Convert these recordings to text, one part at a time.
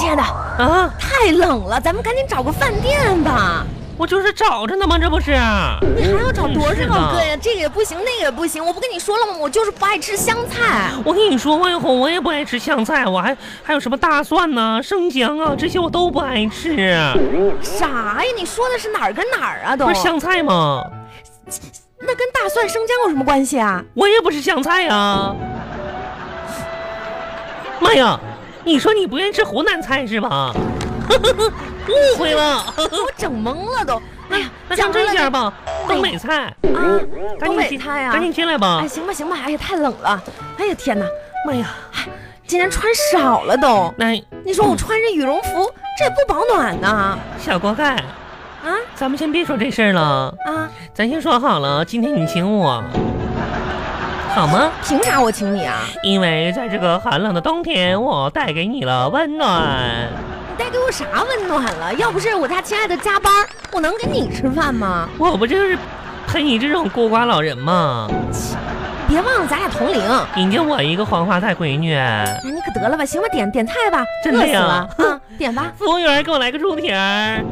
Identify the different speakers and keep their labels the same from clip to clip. Speaker 1: 哎
Speaker 2: 啊，
Speaker 1: 太冷了，咱们赶紧找个饭店吧。
Speaker 2: 我就是找着呢嘛，这不是？
Speaker 1: 你还要找多
Speaker 2: 嗯真是
Speaker 1: 少
Speaker 2: 的
Speaker 1: 个呀？这个也不行，那个也不行。我不跟你说了吗？我就是不爱吃香菜。
Speaker 2: 我跟你说，万一红我也不爱吃香菜，我还还有什么大蒜呐、生姜啊，这些我都不爱吃。
Speaker 1: 啥呀？你说的是哪儿跟哪儿啊？都
Speaker 2: 不是香菜吗？
Speaker 1: 那跟大蒜、生姜有什么关系啊？
Speaker 2: 我也不是香菜啊。妈呀，你说你不愿意吃湖南菜是吧？误会了。
Speaker 1: 我整懵了 都。哎呀，
Speaker 2: 啊那像这
Speaker 1: 讲
Speaker 2: 样
Speaker 1: 了
Speaker 2: 吧，东北菜，
Speaker 1: 这啊，东
Speaker 2: 赶紧
Speaker 1: 北
Speaker 2: 进，
Speaker 1: 菜呀、
Speaker 2: 赶紧进来吧
Speaker 1: 哎，。行吧行吧，哎呀，太冷了。哎呀天哪，
Speaker 2: 妈呀，
Speaker 1: 竟然穿少了都。
Speaker 2: 那
Speaker 1: 你说我穿着羽绒服，这也不保暖呢？
Speaker 2: 小锅盖，
Speaker 1: 啊
Speaker 2: 咱们先别说这事儿了，
Speaker 1: 啊，
Speaker 2: 咱先说好了，今天你请我，好吗？
Speaker 1: 凭啥我请你啊？
Speaker 2: 因为在这个寒冷的冬天，我带给你了温暖。
Speaker 1: 你带给我啥温暖了？要不是我家亲爱的加班儿，我能跟你吃饭吗？
Speaker 2: 我不就是陪你这种孤寡老人吗？
Speaker 1: 别忘了咱俩同龄。
Speaker 2: 人家我一个黄花大闺女。
Speaker 1: 那你可得了吧，行吧，点点菜吧，
Speaker 2: 真
Speaker 1: 饿
Speaker 2: 的
Speaker 1: 死
Speaker 2: 呀
Speaker 1: 了 啊，点吧。
Speaker 2: 服务员，给我来个猪蹄儿。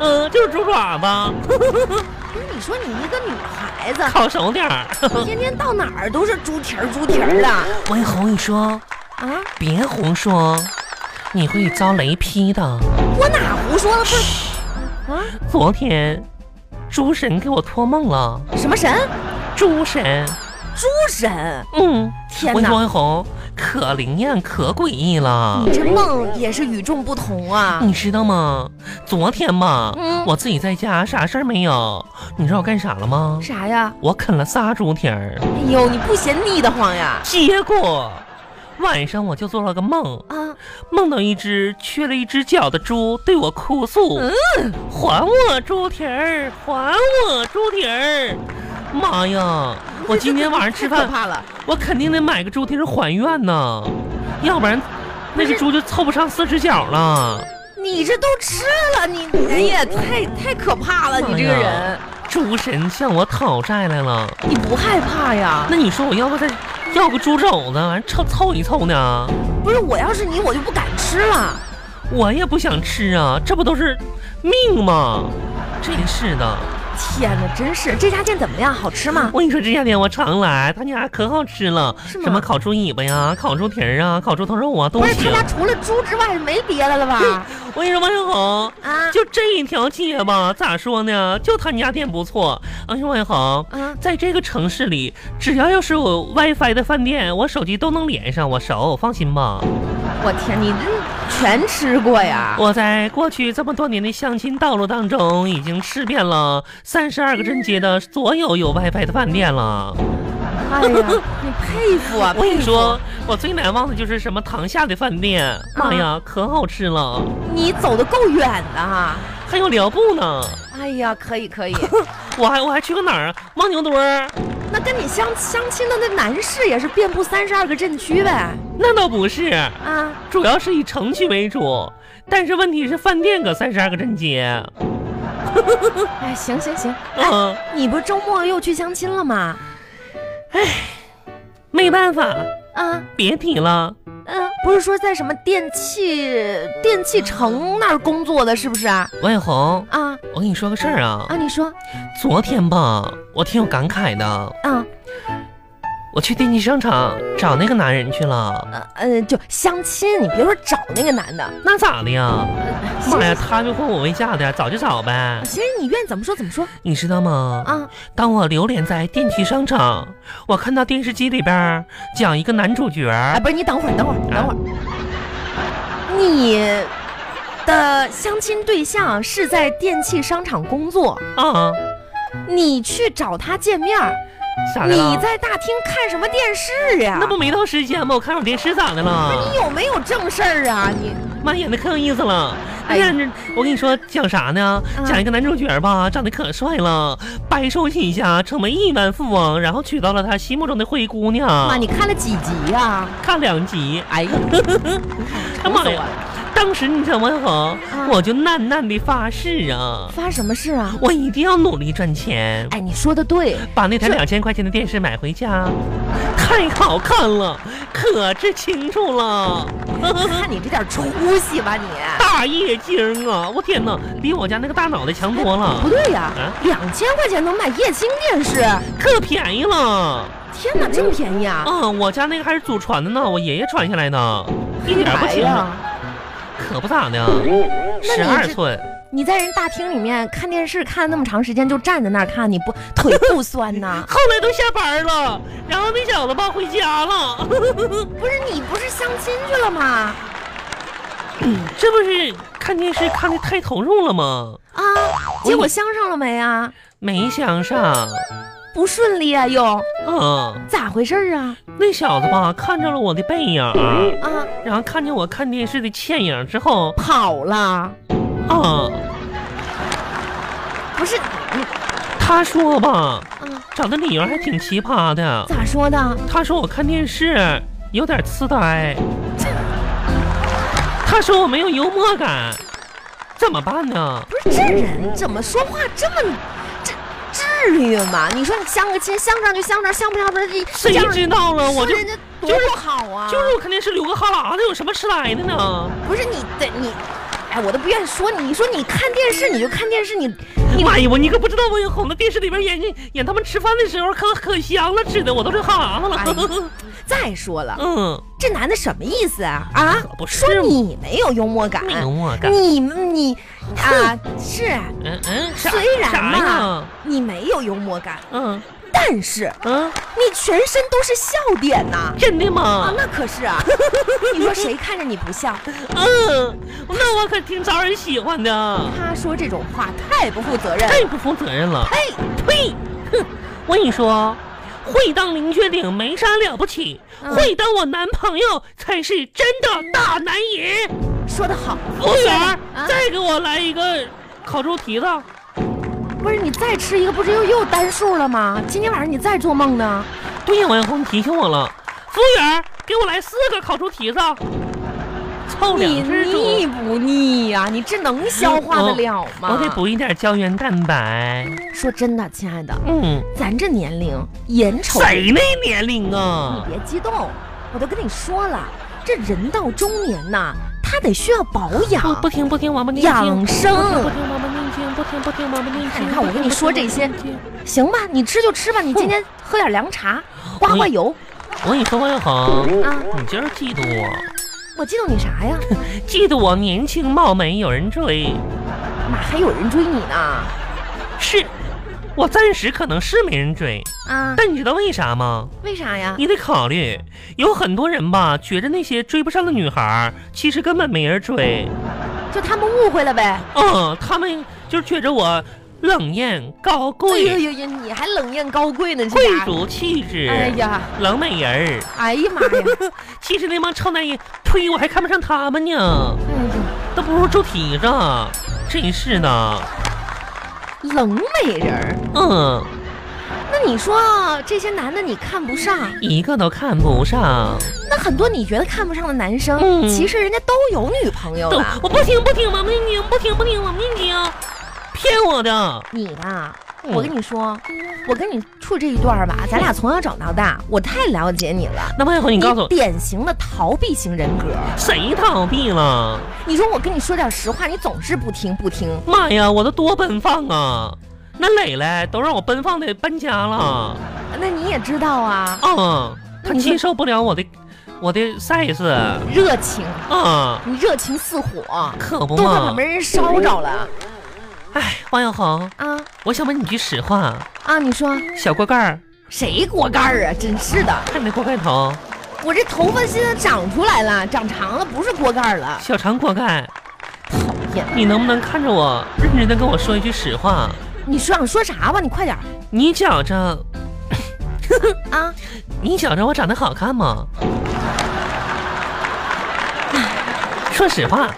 Speaker 2: 嗯，就是猪爪吧，
Speaker 1: 不是你说你一个女孩子，
Speaker 2: 烤熟点儿。嗯
Speaker 1: 天天到哪儿都是猪蹄儿猪蹄儿的
Speaker 2: 王一红，你说
Speaker 1: 啊！
Speaker 2: 别胡说，嗯你会遭雷劈的。
Speaker 1: 我哪胡说了？不是啊？
Speaker 2: 昨天，嗯猪神给我托梦了，
Speaker 1: 什么神？
Speaker 2: 猪神，
Speaker 1: 猪神？
Speaker 2: 嗯，
Speaker 1: 天
Speaker 2: 我跟你说
Speaker 1: 哪！
Speaker 2: 王一红可灵验，可诡异了
Speaker 1: 你。这梦也是与众不同啊！
Speaker 2: 你知道吗？昨天吧，
Speaker 1: 嗯
Speaker 2: 我自己在家啥事儿没有，你知道我干啥了吗？
Speaker 1: 啥呀？
Speaker 2: 我啃了仨猪蹄儿，
Speaker 1: 哎呦，你不嫌腻得慌呀？
Speaker 2: 结果晚上我就做了个梦，
Speaker 1: 啊，
Speaker 2: 梦到一只缺了一只脚的猪对我哭诉：“还我猪蹄儿，还我猪蹄儿！”妈呀！我今天晚上吃
Speaker 1: 太
Speaker 2: 饭
Speaker 1: 可，怕了！
Speaker 2: 我肯定得买个猪蹄儿还愿呐，要不然那只猪就凑不上四只脚了。
Speaker 1: 你这都吃了，你哎呀，太太可怕了！你这个
Speaker 2: 哎妈呀
Speaker 1: 人，
Speaker 2: 猪神向我讨债来了，
Speaker 1: 你不害怕呀？
Speaker 2: 那你说我要不再要个猪肘子，完凑凑一凑呢？
Speaker 1: 不是我要是你，我就不敢吃了。
Speaker 2: 我也不想吃啊，这不都是命吗？真是的，
Speaker 1: 天哪，真是这家店怎么样？好吃吗？
Speaker 2: 我跟你说，这家店我常来，他家可好吃了，
Speaker 1: 是吗
Speaker 2: 什么烤猪尾巴呀、烤猪蹄儿啊、烤猪头肉啊都
Speaker 1: 不是他
Speaker 2: 行。
Speaker 1: 家除了猪之外没别的了吧？
Speaker 2: 我跟你说，王小红，
Speaker 1: 啊，
Speaker 2: 就这一条街吧，咋说呢？就他家店不错。我说王小红，
Speaker 1: 啊，
Speaker 2: 在这个城市里，只要要是有 WiFi 的饭店，我手机都能连上，我熟，放心吧。
Speaker 1: 我天，你这全吃过呀？
Speaker 2: 我在过去这么多年的相亲道路当中，已经吃遍了三十二个镇街的所有有 WiFi 的饭店了。
Speaker 1: 哎呀，你佩服啊！
Speaker 2: 我跟
Speaker 1: 佩
Speaker 2: 你
Speaker 1: 服，
Speaker 2: 说，我最难忘的就是什么塘下的饭店，妈呀，可好吃了，
Speaker 1: 你走的够远的哈。
Speaker 2: 还有辽埠呢。
Speaker 1: 哎呀，可以 可以，
Speaker 2: 我还我还去过哪儿啊？牦牛墩儿。
Speaker 1: 那跟你相相亲的那男士也是遍布三十二个镇区呗？
Speaker 2: 那倒不是，
Speaker 1: 啊，
Speaker 2: 主要是以城区为主，但是问题是饭店搁三十二个镇街，
Speaker 1: 哎，行行 行，
Speaker 2: 嗯，
Speaker 1: 你不是周末又去相亲了吗？
Speaker 2: 没办法，
Speaker 1: 啊，
Speaker 2: 别提了。
Speaker 1: 嗯、不是说在什么电器电器城那儿工作的，是不是啊？
Speaker 2: 王小红，
Speaker 1: 啊
Speaker 2: 我跟你说个事儿啊
Speaker 1: 啊，，你说，
Speaker 2: 昨天吧，我挺有感慨的，
Speaker 1: 啊
Speaker 2: 我去电器商场找那个男人去了，
Speaker 1: 呃呃，就相亲，你别说找那个男的，
Speaker 2: 那咋的呀？
Speaker 1: 行
Speaker 2: 妈呀，他就婚我未嫁的，找就找呗，
Speaker 1: 行，你愿意怎么说怎么说
Speaker 2: 你知道吗？
Speaker 1: 啊？
Speaker 2: 当我流连在电器商场，我看到电视机里边儿讲一个男主角，
Speaker 1: 哎，不是，你等会儿，
Speaker 2: 啊
Speaker 1: 等会儿，等会儿，你的相亲对象是在电器商场工作，
Speaker 2: 啊，
Speaker 1: 你去找他见面儿，
Speaker 2: 咋的了？
Speaker 1: 你在大厅看什么电视呀、
Speaker 2: 那不没到时间吗？我看会儿电视咋的了
Speaker 1: 你？有没有正事儿啊？你
Speaker 2: 妈呀，那可有意思了！哎呀，这我跟你说讲啥呢？
Speaker 1: 嗯
Speaker 2: 讲一个男主角吧，长得可帅了，白手起家成为亿万富翁，然后娶到了他心目中的灰姑娘。
Speaker 1: 妈，你看了几集呀、
Speaker 2: 看两集，
Speaker 1: 哎 呀，
Speaker 2: 哎
Speaker 1: 妈
Speaker 2: 妈呀！
Speaker 1: 呀，
Speaker 2: 当时你知道吗？好
Speaker 1: 嗯，
Speaker 2: 我就暗暗的发誓啊，
Speaker 1: 发什么誓啊？
Speaker 2: 我一定要努力赚钱，
Speaker 1: 哎，你说的对，
Speaker 2: 把那台
Speaker 1: 这
Speaker 2: 两千块钱的电视买回家。太好看了，可之清楚了。
Speaker 1: 看你这点出息吧你！
Speaker 2: 大夜精啊！我天哪，比我家那个大脑袋强多
Speaker 1: 不
Speaker 2: 了，
Speaker 1: 对呀、
Speaker 2: 啊
Speaker 1: 两千块钱能买液晶电视，
Speaker 2: 可便宜了。
Speaker 1: 天哪，这么便宜啊！
Speaker 2: 啊，我家那个还是祖传的呢，我爷爷传下来的，一点不
Speaker 1: 白
Speaker 2: 轻，
Speaker 1: 呀！
Speaker 2: 可不咋的，
Speaker 1: 那
Speaker 2: 十
Speaker 1: 你
Speaker 2: 二
Speaker 1: 这
Speaker 2: 寸。？
Speaker 1: 你在人大厅里面看电视看那么长时间，就站在那儿看，你不腿不酸呐
Speaker 2: 后来都下班了，然后那小子吧回家了，
Speaker 1: 不是你不是相亲去了吗？
Speaker 2: 这不是看电视看的太投入了吗？
Speaker 1: 啊，结果相上了没啊？
Speaker 2: 没相上，
Speaker 1: 不顺利啊又
Speaker 2: 嗯，
Speaker 1: 咋回事儿啊？
Speaker 2: 那小子吧看着了我的背影，
Speaker 1: 啊，
Speaker 2: 然后看见我看电视的倩影之后，
Speaker 1: 跑了？
Speaker 2: 啊，
Speaker 1: 不是，
Speaker 2: 他说吧，
Speaker 1: 啊，
Speaker 2: 找的理由还挺奇葩的，
Speaker 1: 咋说的？
Speaker 2: 他说我看电视有点痴呆， 他说我没有幽默感，怎么办呢？
Speaker 1: 不是这人怎么说话这么这至于吗？你说你相个亲，相上就相上，相不上不是这这
Speaker 2: 谁
Speaker 1: 样
Speaker 2: 知道了？我就
Speaker 1: 说人家多不好啊！
Speaker 2: 就是我肯定是流个哈喇子，有什么迟来的呢？
Speaker 1: 不是你的你，哎，我都不愿意说你。你说你看电视你就看电视，你你
Speaker 2: 妈呀，我你可不知道我有红的电视里边演演他们吃饭的时候可可香了，吃的我都流哈
Speaker 1: 哎
Speaker 2: 喇子
Speaker 1: 呀
Speaker 2: 了。
Speaker 1: 再说了，
Speaker 2: 嗯，
Speaker 1: 这男的什么意思啊？啊
Speaker 2: 可，不是
Speaker 1: 说你没有幽默感，
Speaker 2: 没幽默感
Speaker 1: 你你 啊是啊，
Speaker 2: 嗯嗯，啥
Speaker 1: 虽然
Speaker 2: 啥
Speaker 1: 吧
Speaker 2: 呀？
Speaker 1: 你没有幽默感，
Speaker 2: 嗯
Speaker 1: 但是
Speaker 2: 嗯，
Speaker 1: 你全身都是笑点呐、
Speaker 2: 真的
Speaker 1: 啊，
Speaker 2: 吗？
Speaker 1: 那可是啊！ 你说谁看着你不笑？
Speaker 2: 嗯，那我可挺招人喜欢的，
Speaker 1: 他说这种话太不负责任。
Speaker 2: 太不负责任了。
Speaker 1: 呸！
Speaker 2: 呸！哼，我跟你说，会当林月岭没啥了不起，
Speaker 1: 嗯
Speaker 2: 会当我男朋友才是真的大男人。
Speaker 1: 说得好，
Speaker 2: 服务员儿
Speaker 1: 啊，
Speaker 2: 再给我来一个烤猪蹄子。
Speaker 1: 不是你再吃一个，不是又又单数了吗？今天晚上你再做梦呢？
Speaker 2: 对呀，王小红提醒我了。服务员儿，给我来四个烤猪蹄子。凑
Speaker 1: 你
Speaker 2: 两只
Speaker 1: 腻
Speaker 2: 猪，
Speaker 1: 不腻呀、你这能消化得了吗？
Speaker 2: 我给补一点胶原蛋白。
Speaker 1: 说真的，亲爱的，
Speaker 2: 嗯，
Speaker 1: 咱这年龄眼瞅着
Speaker 2: 谁那年龄
Speaker 1: 你
Speaker 2: 啊？
Speaker 1: 别激动，我都跟你说了，这人到中年呐、他得需要保
Speaker 2: 不
Speaker 1: 养
Speaker 2: 哦不。听不听，王八念经。
Speaker 1: 养
Speaker 2: 不
Speaker 1: 生，哎
Speaker 2: 听王八念经，不听不听王八念经。
Speaker 1: 你看我跟你说这些
Speaker 2: 不听。
Speaker 1: 行吧？你吃就吃吧，你今天喝点凉茶，
Speaker 2: 哦
Speaker 1: 刮
Speaker 2: 哎
Speaker 1: 刮油
Speaker 2: 我跟你说，王小红，
Speaker 1: 啊！
Speaker 2: 你今儿嫉妒我，
Speaker 1: 我嫉妒你啥呀？
Speaker 2: 嫉妒我年轻貌美，有人追。
Speaker 1: 妈，还有人追你呢！
Speaker 2: 是，我暂时可能是没人追，
Speaker 1: 啊，
Speaker 2: 但你知道为啥吗？
Speaker 1: 为啥呀？
Speaker 2: 你得考虑，有很多人吧，觉着那些追不上的女孩儿，其实根本没人追。
Speaker 1: 就他们误会了呗。
Speaker 2: 嗯，他们就是觉着我冷艳、高
Speaker 1: 哎呀
Speaker 2: 贵、
Speaker 1: 呀呀，你还冷艳高贵呢，这
Speaker 2: 贵
Speaker 1: 家伙！
Speaker 2: 族气质、
Speaker 1: 哎呀，
Speaker 2: 冷美人儿。
Speaker 1: 哎呀妈呀，
Speaker 2: 其实那帮臭男人，呸，我还看不上他们呢，
Speaker 1: 哎呀，
Speaker 2: 都不如猪蹄子。真是的，
Speaker 1: 冷美人儿。
Speaker 2: 嗯，
Speaker 1: 那你说这些男的你看不上，
Speaker 2: 一个都看不上。
Speaker 1: 那很多你觉得看不上的男生，
Speaker 2: 嗯
Speaker 1: 其实人家都有女朋友
Speaker 2: 都
Speaker 1: 了。
Speaker 2: 我不听不听，王明明不听不听，王明明啊骗我的。
Speaker 1: 你吧，
Speaker 2: 嗯
Speaker 1: 我跟你说，我跟你处这一段儿吧，咱俩从小长到大，我太了解你了。
Speaker 2: 那王小红，你告诉我，
Speaker 1: 典型的逃避型人格。
Speaker 2: 谁逃避了？
Speaker 1: 你说我跟你说点实话，你总是不听不听。
Speaker 2: 妈呀，我都多奔放啊！那磊磊都让我奔放的搬家了，
Speaker 1: 那你也知道啊，
Speaker 2: 啊，他
Speaker 1: 你说
Speaker 2: 接受不了我的我的 size
Speaker 1: 热情，
Speaker 2: 啊，
Speaker 1: 你热情似火，
Speaker 2: 可不
Speaker 1: 都快把
Speaker 2: 嘛
Speaker 1: 门！人烧着了
Speaker 2: 哎，王小红，
Speaker 1: 啊
Speaker 2: 我想问你句实话，
Speaker 1: 啊！你说
Speaker 2: 小锅盖儿，
Speaker 1: 谁锅盖儿啊？真是的，
Speaker 2: 看你那锅盖头，
Speaker 1: 我这头发现在长出来了，长长了，不是锅盖儿了。
Speaker 2: 小长锅盖，
Speaker 1: 讨厌，
Speaker 2: 你能不能看着我，认真的跟我说一句实话？
Speaker 1: 你说想说啥吧？你快点儿
Speaker 2: 你觉着
Speaker 1: 啊！
Speaker 2: 你觉着我长得好看吗？ 说实话，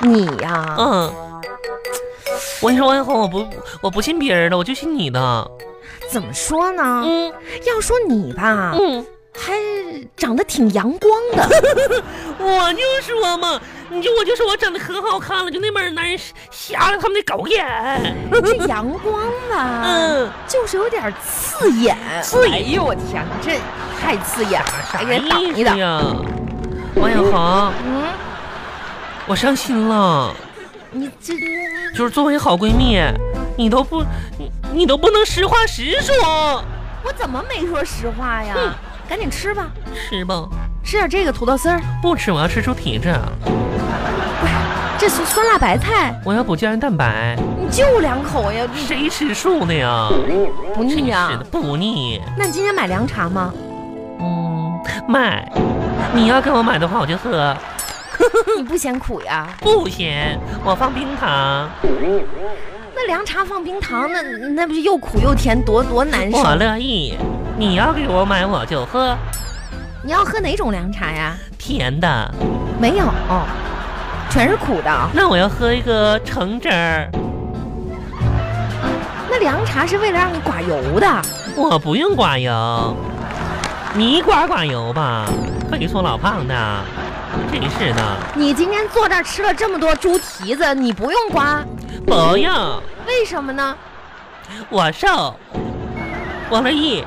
Speaker 1: 你呀、
Speaker 2: 嗯，我跟你说，王小红，我不，我不信别人的，我就信你的。
Speaker 1: 怎么说呢？
Speaker 2: 嗯
Speaker 1: 要说你吧，
Speaker 2: 嗯，
Speaker 1: 还长得挺阳光 的。
Speaker 2: 我就说嘛，你就我就说我长得可好看了，就那帮人男人瞎了他们的狗眼。
Speaker 1: 这阳光吧，
Speaker 2: 嗯，
Speaker 1: 就是有点刺眼。
Speaker 2: 刺眼
Speaker 1: 哎呦我天，这太刺眼了！
Speaker 2: 啥
Speaker 1: 给人挡
Speaker 2: 意
Speaker 1: 一
Speaker 2: 思哎
Speaker 1: 挡。
Speaker 2: 呀？王小航，
Speaker 1: 嗯，
Speaker 2: 我伤心了。
Speaker 1: 你这
Speaker 2: 就是作为好闺蜜，你都不，你你都不能实话实说。
Speaker 1: 我怎么没说实话呀？
Speaker 2: 哼
Speaker 1: 赶紧吃吧，
Speaker 2: 吃吧，
Speaker 1: 吃点这个土豆丝儿，
Speaker 2: 不吃我要吃猪蹄子，
Speaker 1: 这酸酸辣白菜，
Speaker 2: 我要补胶原蛋白。
Speaker 1: 你就两口呀，你
Speaker 2: 谁吃素的呀？
Speaker 1: 不
Speaker 2: 真
Speaker 1: 腻嗯
Speaker 2: 是
Speaker 1: 呀
Speaker 2: 的，？不腻。
Speaker 1: 那你今天买凉茶吗？
Speaker 2: 嗯，买。你要给我买的话，我就喝。
Speaker 1: 你不嫌苦呀？
Speaker 2: 不行，我放冰糖。
Speaker 1: 那凉茶放冰糖，那那不是又苦又甜，多多难受
Speaker 2: 我。乐意。你要给我买，我就喝。
Speaker 1: 你要喝哪种凉茶呀？
Speaker 2: 甜的，哦
Speaker 1: 没有，全是苦的。
Speaker 2: 那我要喝一个橙汁儿。
Speaker 1: 那凉茶是为了让你刮油的。
Speaker 2: 我不用刮油，哦你刮刮油吧。别说老胖的，真是的，
Speaker 1: 你今天坐这儿吃了这么多猪蹄子，你不用刮，
Speaker 2: 不用，
Speaker 1: 为什么呢？
Speaker 2: 我瘦。我乐意。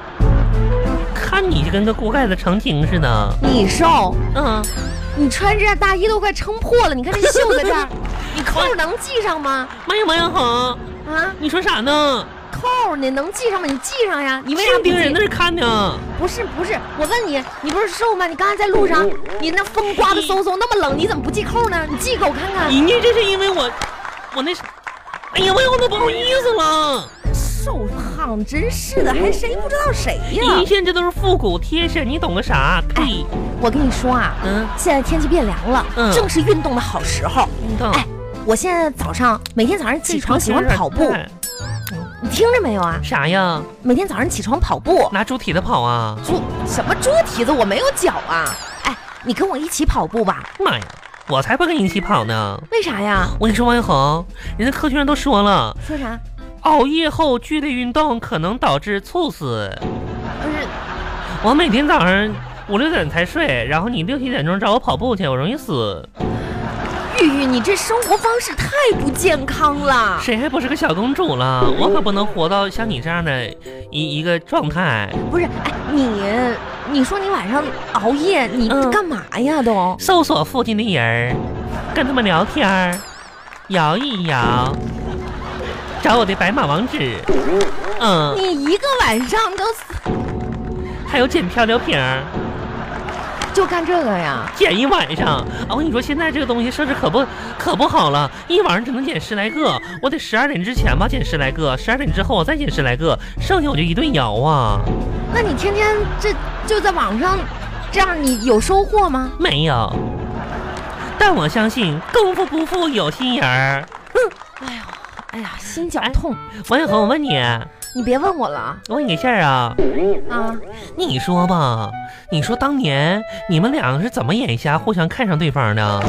Speaker 2: 看你就跟个锅盖子成精似的，
Speaker 1: 你瘦，
Speaker 2: 嗯，
Speaker 1: 你穿这件大衣都快撑破了，你看这袖在 这儿，你扣儿能系上吗？
Speaker 2: 没有没有好，
Speaker 1: 啊，
Speaker 2: 你说啥呢？
Speaker 1: 扣儿你能系上吗？你系上呀！你为啥不
Speaker 2: 净
Speaker 1: 系
Speaker 2: 盯人那儿看呢？
Speaker 1: 不是不是，我问你，你不是瘦吗？你刚才在路
Speaker 2: 哦
Speaker 1: 上，你那风刮的嗖嗖，那么冷，你怎么不系扣呢？你系给我看看。
Speaker 2: 人家这是因为我，我那是，哎呀，我有那不好意思了。
Speaker 1: 瘦胖真是的，还谁不知道谁呀
Speaker 2: 一？线这都是复古贴身，你懂个啥？
Speaker 1: 哎
Speaker 2: 呸！
Speaker 1: 我跟你说啊，
Speaker 2: 嗯，
Speaker 1: 现在天气变凉了，
Speaker 2: 嗯
Speaker 1: 正是运动的好时候。
Speaker 2: 你懂。
Speaker 1: 哎，我现在早上每天早上起床喜欢跑步，
Speaker 2: 哎
Speaker 1: 你听着没有啊？
Speaker 2: 啥呀？
Speaker 1: 每天早上起床跑步，
Speaker 2: 拿猪蹄子跑啊？
Speaker 1: 猪什么猪蹄子？我没有脚啊！哎，你跟我一起跑步吧？
Speaker 2: 妈呀，我才不跟你一起跑呢！
Speaker 1: 为啥呀？
Speaker 2: 我跟你说，王一恒，人家科学上都说了，
Speaker 1: 说啥？
Speaker 2: 熬夜后剧烈运动可能导致猝死。
Speaker 1: 不是
Speaker 2: 我每天早上五六点才睡，然后你六七点钟找我跑步去，我容易死。
Speaker 1: 玉玉，你这生活方式太不健康了。
Speaker 2: 谁还不是个小公主了？我可不能活到像你这样的一一个状态。
Speaker 1: 不是，哎，你你说你晚上熬夜，你
Speaker 2: 嗯
Speaker 1: 干嘛呀都？
Speaker 2: 搜索附近的人儿，跟他们聊天儿，摇一摇，找我的白马王子，嗯，
Speaker 1: 你一个晚上都
Speaker 2: 还有捡漂流瓶儿，
Speaker 1: 就干这个呀？
Speaker 2: 捡一晚上。啊，我跟你说，现在这个东西设置可不可不好了，一晚上只能捡十来个，我得十二点之前吧捡十来个，十二点之后我再捡十来个，剩下我就一顿摇啊。
Speaker 1: 那你天天这就在网上这样，你有收获吗？
Speaker 2: 没有，但我相信功夫不负有心人儿。
Speaker 1: 哎呀，心绞痛！
Speaker 2: 王小红，我问你，
Speaker 1: 你别问我了
Speaker 2: 我问你个事儿啊。
Speaker 1: 啊！
Speaker 2: 你说吧，你说当年你们两个是怎么眼瞎互相看上对方的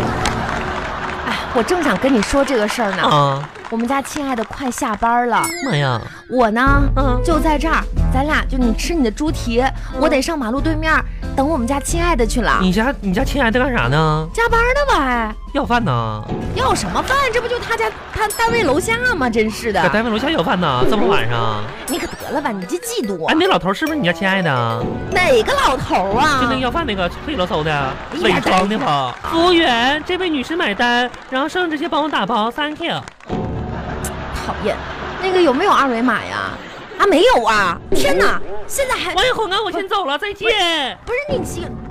Speaker 1: 哎，我正想跟你说这个事儿呢。
Speaker 2: 啊？
Speaker 1: 我们家亲爱的快下班了，
Speaker 2: 妈呀，
Speaker 1: 我呢
Speaker 2: 嗯，
Speaker 1: 就在这儿，咱俩就你吃你的猪蹄，我得上马路对面等我们家亲爱的去了。
Speaker 2: 你家你家亲爱的干啥呢？
Speaker 1: 加班呢呗，
Speaker 2: 要饭呢？
Speaker 1: 要什么饭？这不就他家他单位楼下吗？真是
Speaker 2: 在
Speaker 1: 的，
Speaker 2: 单位楼下要饭呢？这么晚上？
Speaker 1: 你可得了吧，你这嫉妒
Speaker 2: 哎，
Speaker 1: 啊！
Speaker 2: 那老头是不是你家亲爱的？
Speaker 1: 哪个老头
Speaker 2: 就
Speaker 1: 啊
Speaker 2: 那？哎要饭那个黑了嗖的，
Speaker 1: 哎呀
Speaker 2: 伪装的吧？服务员，这位女士买单，然后剩下这些帮我打包，thank you。
Speaker 1: 讨厌，那个有没有二维码呀？啊，没有啊！天哪，现在还
Speaker 2: 王一红啊，我先走了，再见。
Speaker 1: 不是你这个哎